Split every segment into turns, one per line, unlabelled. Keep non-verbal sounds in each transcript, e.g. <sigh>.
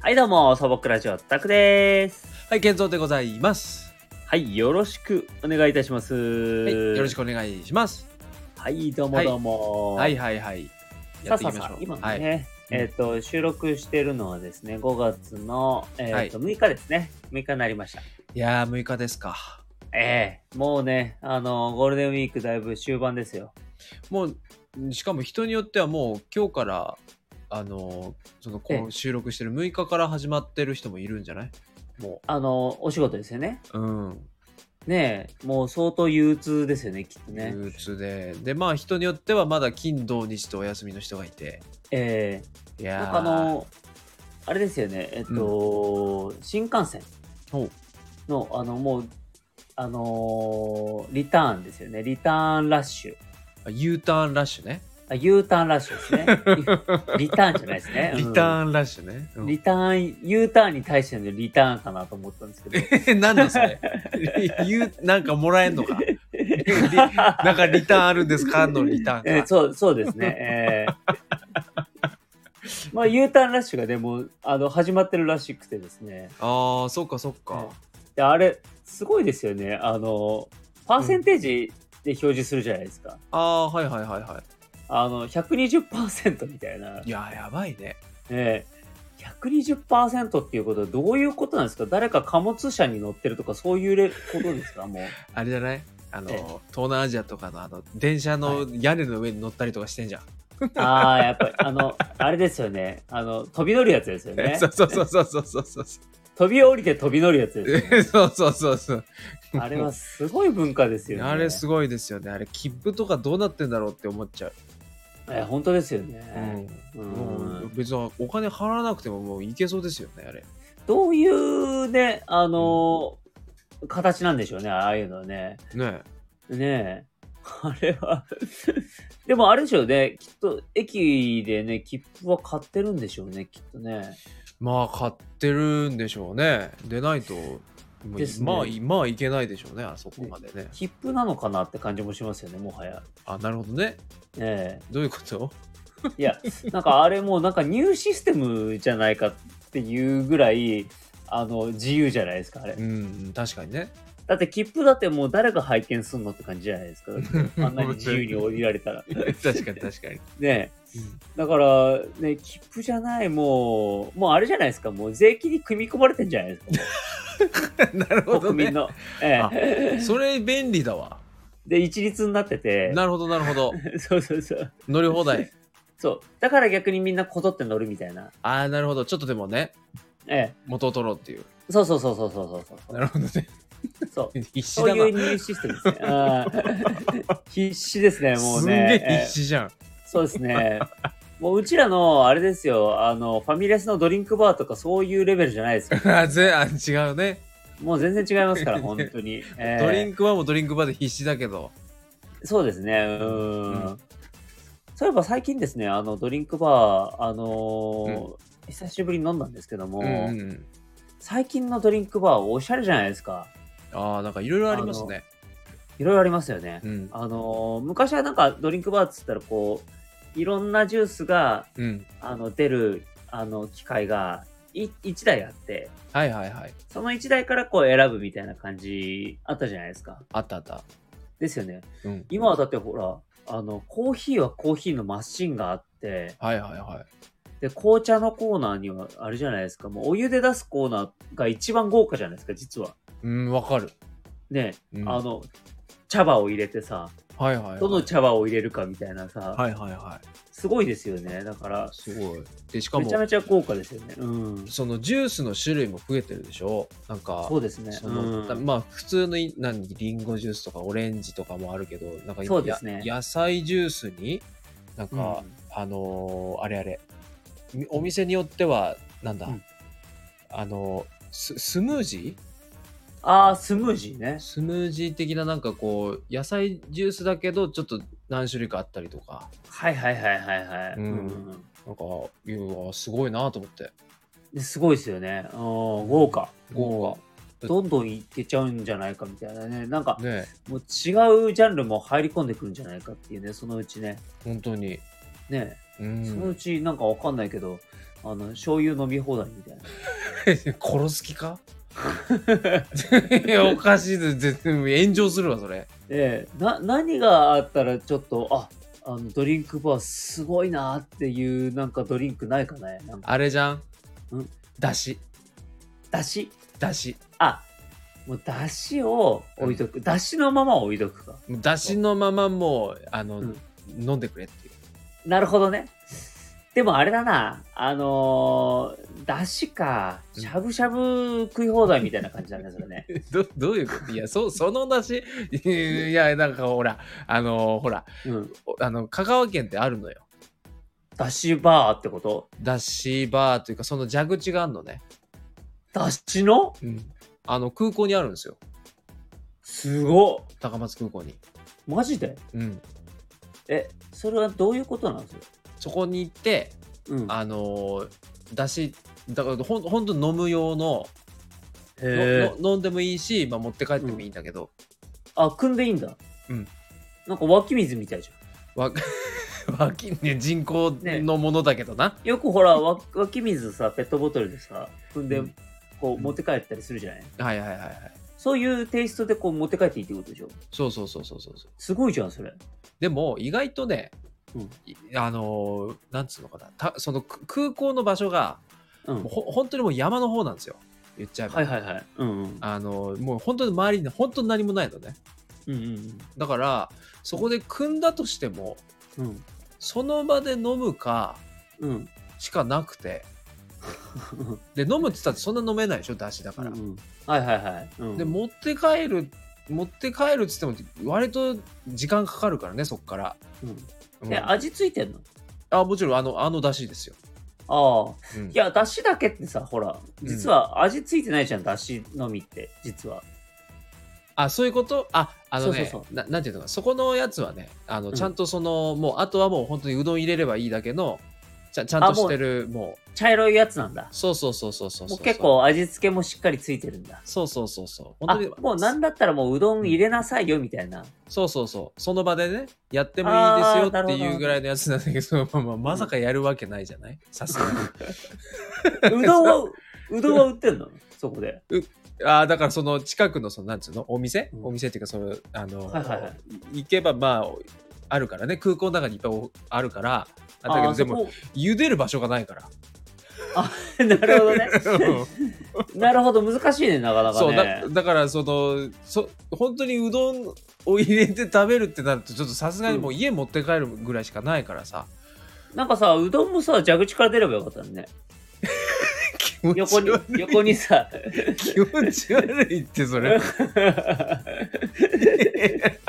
はい、どうも、素朴ラジオ、タクです。
はい、健三でございます。
はい、よろしくお願いいたします。
はい、よろし
く。
くお願いします。
はい、どうもどうも。
はい、はい、はい。
さ
や
あさあ
っていきまし
さあ
ょう。、
今ね、
はい、
えっ、と、収録してるのはですね、5月の、えーと6日ですね。6日になりました。
いやー、6日ですか。
ええもうね、あの、ゴールデンウィークだいぶ終盤ですよ。
もう、しかも人によってはもう今日から、あのー、その、こ
ええ
う収録してる6日から始まってる人もいるんじゃないも
あの、お仕事ですよね。
う、うん。
ねえ、もう相当憂鬱ですよね、きっとね。
憂鬱で。で、まあ人によってはまだ金、土、日とお休みの人がいて。
ええ
いや
な
ー
んかあの、あれですよね、えっ、と、新幹線。
ほう
の、あの、もう、あのーリターンですよね。リターンラッシュ。
あ U ターンラッシ
<laughs>
ュね。
あ、U ターンラッシュ
<laughs>
ですね。リターンじゃないですね。
リタ
ーン。
ーンラッシュね。うん
リターン、U ターンに対してのリターンかなと思ったんですけど。
<laughs> え、なんだそれ。言う、なんかもらえん
<laughs>
のか。リ <laughs> なんかリターンあるんですかのリタ
え
ー
ー
ンか。
そう、そうですね。えーまあ、U ターンラッシュがでも、あの、始まってるらしくてですね。
ああ、そっかそっか。
で、あれ、すごいですよね。あの、パーセンテージで表示するじゃないですか。
ああ、はいはいはいは
あの、120%みたいな。
い。いや、やばいね。
ええ120%っていうことはどういうことなんですか誰か貨物車に乗ってるとかそういうレことですかもう。
<laughs> あれじゃないあの、
ええ
東南アジアとかのあの、電車の屋根の上に乗ったりとかしてんじゃん。
ああ、やっぱり、あの、あれですよね。あの、飛び乗るやつですよね
<laughs> そ。うそうそうそうそうそうそう。
飛び降りて飛び乗るやつですよ
<laughs>
ね。
そうそうそうそう。
あれはすごい文化ですよね。
あれすごいですよね。あれ、切符とかどうなってんだろうって思っちゃう。
ええ本当ですよね。う、
もうん別にお金払わなくてももういけそうですよね、あれ。
どういうね、あの、形なんでしょうね、ああいうのはね。
ね
ねえ。あれは。でもあれでしょうね。きっと、駅でね、切符は買ってるんでしょうね、きっとね。
まあ買ってるんでしょうね。でないと、もう
ですね
まあいまあいけないでしょうね、あそこまでね。
切符なのかなって感じもしますよね、もはや。
あ、なるほどね。
え
どういうこと
えいや、 <laughs> なんかあれもうなんかニューシステムじゃないかっていうぐらい、あの、自由じゃないですか、あれ
う。ん、確か
<laughs>
にね。
だって切符だってもう誰が拝見すんのって感じじゃないですか。だってあんなに自由に降りられたら。ね
確かに確かに。
え。だから、ね、切符じゃない、もう、もうあれじゃないですか、もう税金に組み込まれてんじゃないですか。
<laughs> なるほど
国民
ね。
の。え
あ
え、
それ便利だわ。
で、一律になってて、
なるほどなるほど。
<laughs> そうそうそう。
乗り放題。
そう。だから逆にみんなこぞって乗るみたいな。
ああ、なるほど。ちょっとでもね、
ええ。
元を取ろうっていう。
そうそうそうそうそうそうそ
な
う。
るほどね。
そう。
必死
そう
だ
いう
な。
入手システムですね。あ
<laughs>
ー必死ですね、もう
すん
ね。
げえ必
え
死じゃん。 <laughs>
えそうですね。もううちらの、あれですよ、あの、ファミレスのドリンクバーとかそういうレベルじゃないですよ。
あぜあ違うね、
もう全然違いますから、本当に。ええ
ドリンクはもうドリンクバーで必死だけど。
そうですね。うーん。そういえば最近ですね、あの、ドリンクバー、あのー久しぶりに飲んだんですけども、
うんうんうん。
最近のドリンクバーおしゃれじゃないですか。
ああ、なんかいろいろありますね。
いろいろありますよね。
うん。
あのー昔はなんかドリンクバーっつったらこう、いろんなジュースが、
うん。
あの、出る、あの、機械が、い1台あって、
はいはいはい。
その1台からこう選ぶみたいな感じあったじゃないですか。
あったあった。
ですよね。
うん。
今はだってほら、あの、コーヒーはコーヒーのマシンがあって、
はいはいはい。
で、紅茶のコーナーには、あれじゃないですか、もうお湯で出すコーナーが一番豪華じゃないですか、実は。
うん、わかる。
ね、
うん、
あの、茶葉を入れてさ、
はいはいはい。
どの茶葉を入れるかみたいなさ、
はいはいはい。
すごいですよね。だから、
すごい。で、しか
め
も
ちゃ、めちゃ豪華ですよね。うん。
そのジュースの種類も増えてるでしょなんか、
そうですね。
そうの
ん。
まあ、普通のい、何、リンゴジュースとかオレンジとかもあるけど、なんか今
そうですね
や野菜ジュースに、なん
う
か、あのーあれあれ、みお店によっては、なんだ、
うん
あのーススムージ
ああ、スムージーね
ー。スムージー的ななんかこう野菜ジュースだけどちょっと何種類かあったりとか
はいはいはいはいはい。
うんなんか、いや、すごいなと思って。
ですごいですよね。うん、豪華。
豪華
どんどんいけちゃうんじゃないかみたいなね。なんか、
ね
もう違うジャンルも入り込んでくるんじゃないかっていうね、そのうちね。
本当に。
ね、
う。
そのうんちなんかわかんないけど、あの、醤油飲み放題みたいな。
<laughs> 殺す気か <laughs> いやおかしいです絶対炎上するわそれ
で、な、何があったらちょっと、あ、あの、ドリンクバーすごいなっていう、なんかドリンクないかねなんか、
あれじゃん
うん
だし
だし
だし
あ、もうだしを置いとく。だしのまま置いとくか。
だしのままもうあの、
うん
飲んでくれっていう
なるほどね。でもあれだな、あのー、だしか、しゃぶしゃぶ食い放題みたいな感じだね、それ <laughs> ね。
どどういうこといやそそのだしいやなんかほらあのほら
うん。
おあの香川県ってあるのよ
だしバーってこと
だしバーというかその蛇口があるのね、
だしの
あの空港にあるんですよ
すごっ
高松空港に
マジで
うん
え、それはどういうことなんですか
そこに行って
うん。
あのだしだからほんほんと飲む用の
へえ。
のの飲んでもいいし、まあ、持って帰ってもいいんだけど、
あ、組んでいいんだ。
うん。
なんか湧き水みたいじゃん。
わ <laughs> わきね人工のものだけどな、
よく <laughs> ほら、わ湧き水さ、ペットボトルでさ、組んで、
うん
こう、持って帰ったりするじゃない
はいはいはいはい
そういうテイストでこう持って帰っていいってことでしょ
そうそうそうそうそうそう
すごいじゃん、それ。
でも意外とね、
うん
いあのーなんつうのかなたそのく空港の場所が
うん
もう。ほ本当にもう山の方なんですよ言っちゃえば、
はいはいはい。うんうん。
あのーもう本当に周りに本当に何もないのね
うんうん
だからそこで組んだとしても
うん。うん
その場で飲むか
うん。
しかなく
<laughs>
てで飲むって言ったってそんな飲めないでしょだしだから、
うんはいはいはい。うん
で持って帰る持って帰るっつっても割と時間かかるからねそっから、
うん
うん
え、味ついてんの
あもちろんあのあのだしですよ、
ああ。
うん
いや、だしだけってさ、ほら、
うん
実は味ついてないじゃん、だしのみって、実は。
あそういうことああのね
そうそうそ
ななんていうのかなそこのやつはねあの
ん
ちゃんとその、もうあとはもう本当にうどん入れればいいだけのちゃちゃんとしてるもう
茶色いやつなんだ。
そうそうそうそうそうそ
も
う
う結構味付けもしっかりついてるんだ。
そうそうそうそう
あ
本当に、
もうなんだったらもううどん入れなさいよ、みたい
<laughs>
な。
そうそうそうその場でねやってもいいですよ
あー
っていうぐらいのやつなんだけどまあまあまさかやるわけないじゃないさすが
<laughs>
に
うどんは、うどんは売ってんのそこで。
あーだからその近くのそのなんつうのお店、
うん
お店っていうかそのあの、
はいはいはい
行けばまああるからね空港の中にいっぱいおあるからあだけど
ー
でも
そこ
茹でる場所がないか
<laughs>
ら、
なるほどね。
<laughs> うん
なるほど、難しいね、なかなか
そう
ね
だ。だからそのそ本当にうどんを入れて食べるってなるとちょっとさすがにもう家持って帰るぐらいしかないからさ、
なんかさ、うどんもさ、蛇口から出ればよかったの
<laughs>
ね。
気持
横
ち
に
悪、い
横に
<laughs>
さ。
気持ち悪いってそれ
ニュル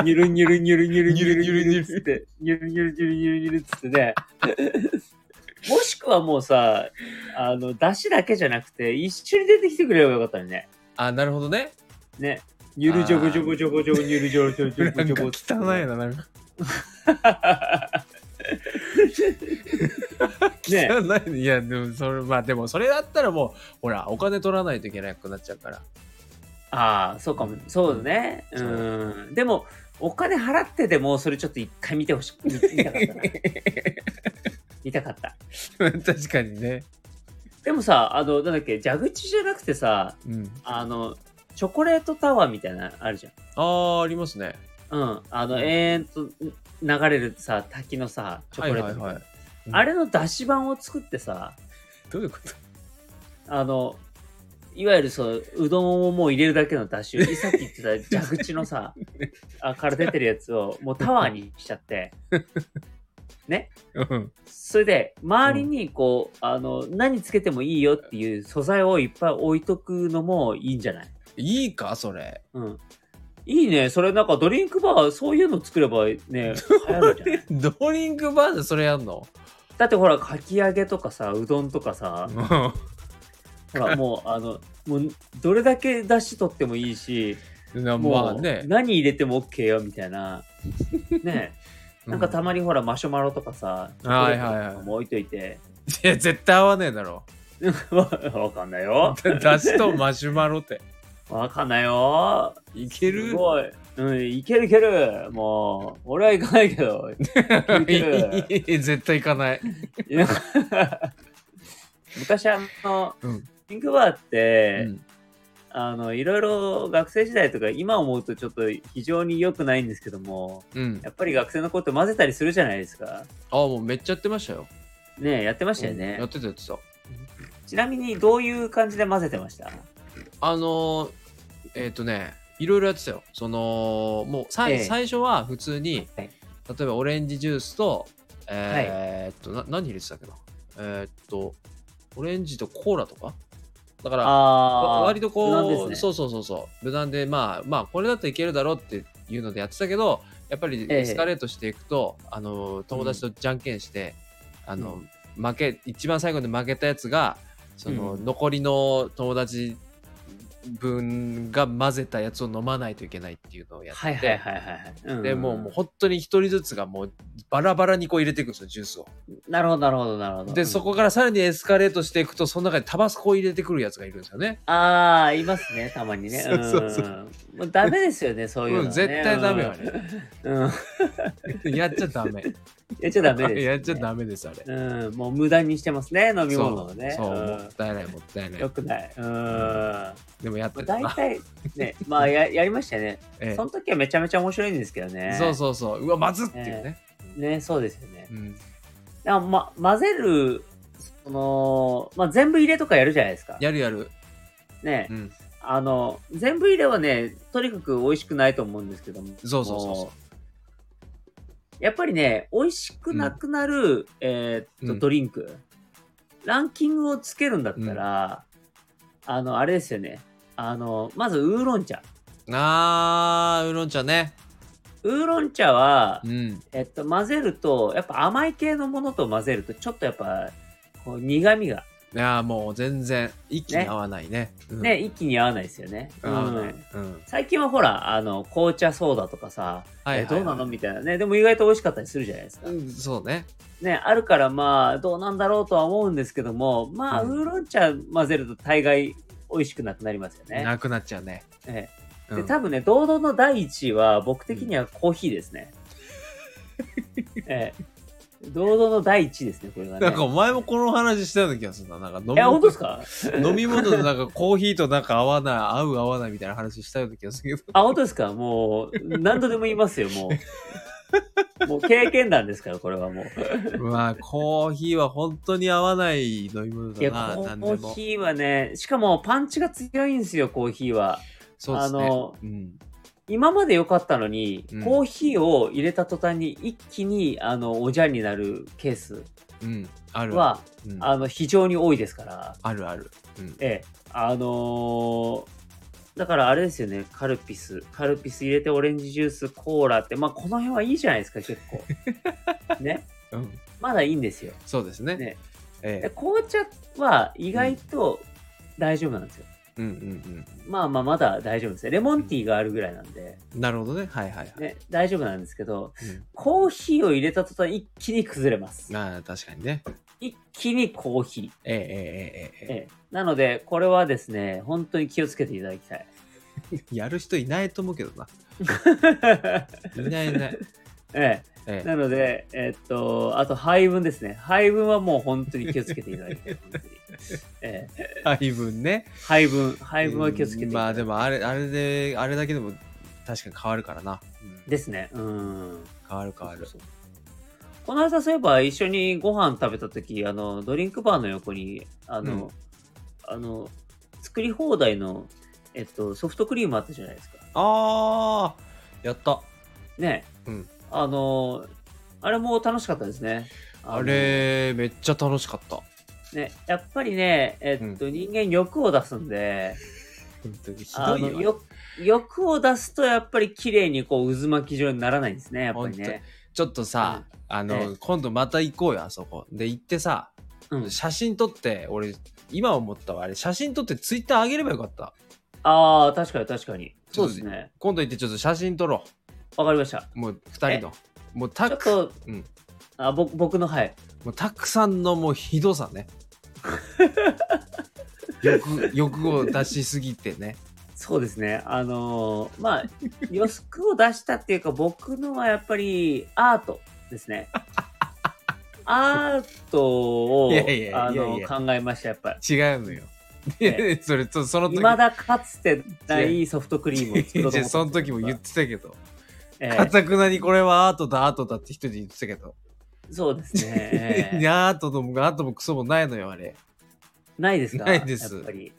ニュルニュルニュルニュルニュルニュルっつって、ニュルニュルニュルニュルニュルっつってね。もしくはもうさ、あの、出汁だけじゃなくて、一緒に出てきてくれればよかったのにね。
あなるほどね
ね。ニュルジョブジョブジョブジョブニュルジョブジョブジ
な
ョ
んか
ブジョブ
汚いななんか
ね
汚いな、いやでもそれまあでもそれだったらもうほらお金取らないといけなくなっちゃうから
ああ、そうかも。そうだね。
そう
うん。でも、お金払ってでも、それちょっと一回見てほしい。見見たかったな。見たかった。
<laughs> 確かにね。
でもさ、あの、なんだっけ、蛇口じゃなくてさ、
うん、
あの、チョコレートタワーみたいなのあるじゃん。
ああ、ありますね。
うん、あ
う
の
ん
延々と流れるさ滝のさチョコレート、
はいはいはい。うん
あれの出し版を作ってさ
どういうこと
あのいわゆるそううどんをもう入れるだけの出汁 <laughs> をさっき言ってた蛇口の <laughs> さあから出てるやつをもうタワーにしちゃって
うん。
それで周りにこう、あの何つけてもいいよっていう素材をいっぱい置いとくのもいいんじゃない
<laughs> いいか、それ。 <laughs>
うんいいねそれなんかドリンクバーそういうの作ればね流 <laughs> 行るんじゃない
ドリンクバーでそれやんの
だってほらかき揚げとかさうどんとかさ、
<laughs> う
ほら、もう、あの、もう、どれだけ出汁取ってもいいし、
んな
もう、
まあね。
何入れても OK よ、みたいな。
<laughs>
ね
う
なんかたまにほら、マシュマロとかさ、
はいはいはい
チョコレートとかも置いといて、 <laughs>
いや、絶対合わねえだろ。 <laughs>
わわかんないよ。
だしとマシュマロって。
わかんないよ。
いける
すごい。うん、いけるいける。もう、俺はいかないけ
<laughs>
ど。いけるい
い絶対いかない。
や <laughs> 昔あの、
うん
ピンクバーって、
うん
あの、いろいろ学生時代とか今思うとちょっと非常に良くないんですけども、
うん
やっぱり学生の子って混ぜたりするじゃないですか。
ああもうめっちゃやってましたよ
ねえやってましたよね
うんや。ってたやってた
ちなみにどういう感じで混ぜてました
あのーえっ、とねいろいろやってたよそのもうさい
ええ
最初は普通に
はい
例えばオレンジジュースとえーっと、な何入れてたっけなえーっとオレンジとコーラとかだから
あ
割とこ
なん
う
ですね。
そうそうそうそう無難でまあまあこれだといけるだろうっていうのでやってたけどやっぱり
ええ
エスカレートしていくと、あの友達とじゃんけんして、あの負け一番最後で負けたやつがその、
うん
残りの友達分が混ぜたやつを飲まないといけないっていうのをやって、
はいはいはいはいはい。うん
でもうもう本当に一人ずつがもうバラバラにこう入れていくんですよジュースを。
なるほどなるほどなるほど。う
で
ん
そこからさらにエスカレートしていくとその中にタバスコを入れてくるやつがいるんですよね。
ああ、いますね、たまにね。。
そうそうそうん
もうダメですよね、そういうの、ね。
うん、絶対ダメよあれ。
うん。うん。
<laughs> やっちゃダメ。
やっちゃダメです、
<laughs> やっちゃダメです、あれ。
うん。もう無駄にしてますね、飲み物をね。
そう、そうも
ん
ったいない、もったいない
よ。くない。うん。ま
でもやって
あ、
た
大
な。
体、ね、まあや、やりましたよね。
え
その時はめちゃめちゃ面白いんですけどね
え。そうそうそう。うわ、まずっていうね。
う。ね、そうですよね。
うん。
あま、混ぜる、その、まあ、全部入れとかやるじゃないですか。
やるやる。
ね
う、ん。
あの、全部入れはね、とにかく美味しくないと思うんですけども。
そうそうそうそう
やっぱりね、美味しくなくなる、えーっと、
うん
ドリンク、ランキングをつけるんだったら、あの、あれですよね。あの、まずウーロン茶。
あー、ウーロン茶ね。
ウーロン茶は、
うん。
えっと、混ぜると、やっぱ甘い系のものと混ぜると、ちょっとやっぱ、こう苦味が
いやーもう全然、一気に合わないね。うん
ね、、一気に合わないですよね。
合わな
う
い。
ん
うん。
最近はほら、あの、紅茶ソーダとかさ、
は
えどうなのみたいなね。でも意外と美味しかったりするじゃないですか
う。んそうね。
ね、あるからまあ、どうなんだろうとは思うんですけども、まあ、
うん
ウーロン茶混ぜると大概美味しくなくなりますよね。
なくなっちゃうね。
ええ
う
で、
ん
多分ね、堂々の第一位は、僕的にはコーヒーです
<laughs>
ね。ええ堂々の第一位ですね、これがね。
なんかお前もこの話したような気がするな。なんか飲み
いや、本当ですか
飲み物のなんかコーヒーとなんか合わない、合う合わないみたいな話したような気がするけど。
あ、本当ですかもう、何度でも言いますよ、も
<laughs>
う。もう経験談ですから、これはもう。
まあ、コーヒーは本当に合わない飲み物
いや、
だ
コ
な、なんで
ー
も。
ヒーはね、しかもパンチが強いんですよ、コーヒーは。
そうです
あ
ね
の。
うん
今まで良かったのに、
うん
コーヒーを入れた途端に一気にあのおじゃんになるケース
うん。ある。
は、
うん
あの非常に多いですから、
あるある。うん
ええ、あのーだからあれですよね、カルピス、カルピス入れてオレンジジュース、コーラって、まあこの辺はいいじゃないですか、結
<laughs>
構。ね、
うん。
まだいいんですよ。
そうですね。
ねで
え
紅茶は意外と大丈夫なんですよ。
え。うんうん
まあまあまだ大丈夫ですね。レモンティーがあるぐらいなんで、
うん。なるほどね。はいはいはい。
ね、大丈夫なんですけど、
うん
コーヒーを入れた途端一気に崩れます。
ああ、確かにね。
一気にコーヒ
ええ
ー。
えええええ
ええなので、これはですね、本当に気をつけていただきたい。 <laughs>
え。やる人いないと思うけどな。いない
<laughs>
いない。
え
え
え、
え
なので、えっと、あと配分ですね。配分はもう本当に気をつけていただきたい。本当にええ、
配分ね。
配分、配分は気をつけてい
まあ
ただきたい。
でもあれ、あれで、あれだけでも確かに変わるからな。うん
ですね。うん。
変わる変わ
そ
る。
うそうこの間そういえば一緒にご飯食べた時あのドリンクバーの横にあの、
うん
あの作り放題の、えっと、ソフトクリームあったじゃないですか
ああ、やった。
ね、
うん
あのあれも楽しかったですねの
あれ、めっちゃ楽しかった。
ねやっぱりねえっと、人間欲を出すんで
本当にひ
あ
ど
の
いよ。
よ欲を出すとやっぱり綺麗にこう渦巻き状にならないんですねやっぱりね
ちょっとさ、あの、
ええ
今度また行こうよ、あそこ。で、行ってさ、
うん
写真撮って、俺、今思ったわ、あれ、写真撮ってツイッター上げればよかった。
ああ確かに確かにそうですね
今度行ってちょっと写真撮ろ
わかりました
う。もう二人の。もう
ちょ
た
っ
く、も
と、
うん
あ僕僕のはい、
うたくさんのもうひどさ
<laughs>
ね。欲、欲を出しすぎてね。
そうですね。あのーまあ、予
<laughs>
測を出したっていうか、僕のはやっぱりアートですね。アートを
いやいやいや
あの
いやいや
考えました、やっぱり。
違うのよ。いやいや <laughs> それ、そその時
未だかつてないソフトクリームを作ろうと思
じゃ
った
その時も言ってたけど、
ええ
かたくなにこれはアートだ、アートだって一人で言ってたけど、
そうです
<laughs>。
ね
いやアートともアートもクソもないのよ、あれ。 <laughs>
ないですか
ないです
やっぱり。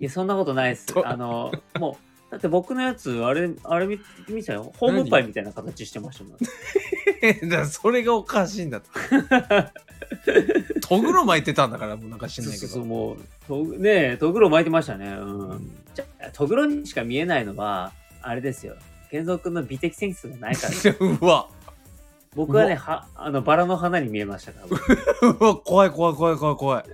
いや、そんなことないです
と。
あの、もう、だって僕のやつ、あれ、あれ見見たよ。ホームパイみたいな形してましたもん。
だからそれがおかしい
<laughs>
んだって。トグロ巻いてたんだから、もうなんか知ん
そう
ないけ
そう
ど。
そう、もう、とねえ、トグロ巻いてましたね。う。
うんん
じゃあトグロにしか見えないのは、あれですよ。健三君の美的センスがない
<laughs>
から。
うわ、
僕はね、
う
はあのバラの花に見えましたから僕
うわ、怖い怖い怖い怖い怖
<laughs>
い。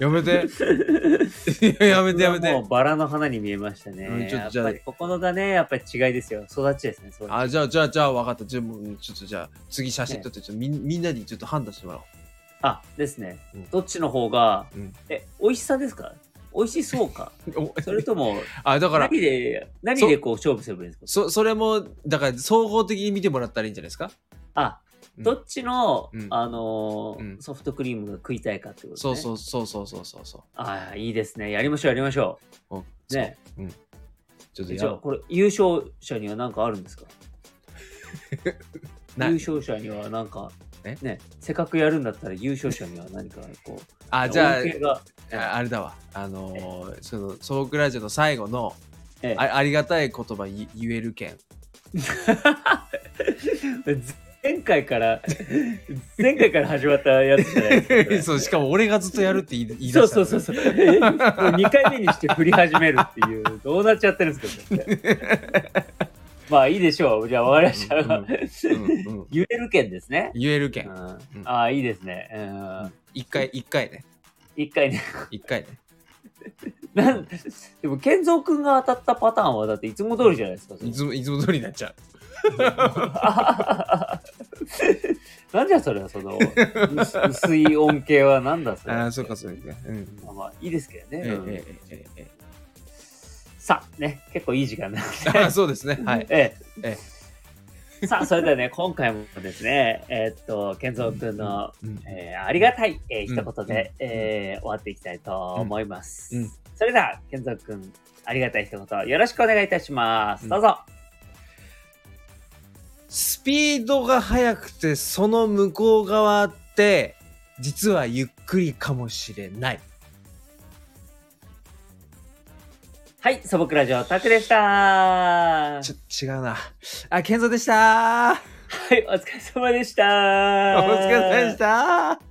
やめて。いややめてやめ
僕はも
て。
うバラの花に見えましたね。
うんちょっ
や
と
っ
じゃあ
ぱりここのがね、やっぱり違いですよ。育ちですね。そう
あ、じゃあ、じゃあ、じゃあ、分かった。じゃあ、もうちょっとじゃあ、次写真撮って、ちょっとみんみんなにちょっと判断してもらおう。
あ、ですね
うん。
どっちの方が、
うん
え、美味しさですか美味しそう
<laughs>
か
お
それとも、
あ、だから、
何で、何でこう勝負すればいいんですか
そ、それも、だから、総合的に見てもらったらいいんじゃないですか
あ、
うん
どっちの、
うん
あのー
うん
ソフトクリームが食いたいかってことね。。
そうそううそうそうそうそうそ
ああ、いいですね。やりましょう、やりましょ
う。お
う。ね。
そうちょっと
え
や
じゃあ、
ろ
これ、優勝者には何かあるんですか
う。な
優勝者には何か、
え
ね、せっかくやるんだったら優勝者には何か、こう、
あ、じゃ
恩恵が
あ、ああれだわ。あのー、その、ソークラジオの最後の、
ええ
あありがたい言葉い言える件。
前回から、前回から始まったやつじゃないですか。
そう、しかも俺がずっとやるって言い <laughs> 言い出
そう
した
そ
の
うそうそう。もう2回目にして振り始めるっていう、どうなっちゃってるんですか、これ
<laughs>
まあいいでしょう。じゃあ分かりました。
うんうんうんうん
<laughs> 揺れる件ですね。
言える
う
件
ん。
ん
ああ、いいですね。うん。
一回、一回ね。
一回ね。 <laughs>
一回ね。
なんでも、健三君が当たったパターンは、だっていつも通りじゃないですか。それ
いつも、いつも通りになっち <laughs> ゃう。
<laughs> なんじゃそれは、その、薄薄い恩恵はなんだそれ。
ああ、そうか、そうか。うん。
まあまあ、いいですけどね。
ええ
うん
えええええ
さあ、ね、結構いい時間なんで
えああ、そうですね。はい。
え
え
え。さあ、それではね、今回もですね、えーっと、健三君の、
うん
えーありがたい、えー、一
う
言
ん
で、えー終わっていきたいと思います。
うんうん
それでは、健三君、ありがたい一言、よろしくお願いいたします。どうぞ。
スピードが速くてその向こう側って実はゆっくりかもしれない。
はい、素朴ラジオ、タクでした。
ちょ、違うな。あ、健三でしたー
はい、お疲れ様でした。
お疲れ様でしたー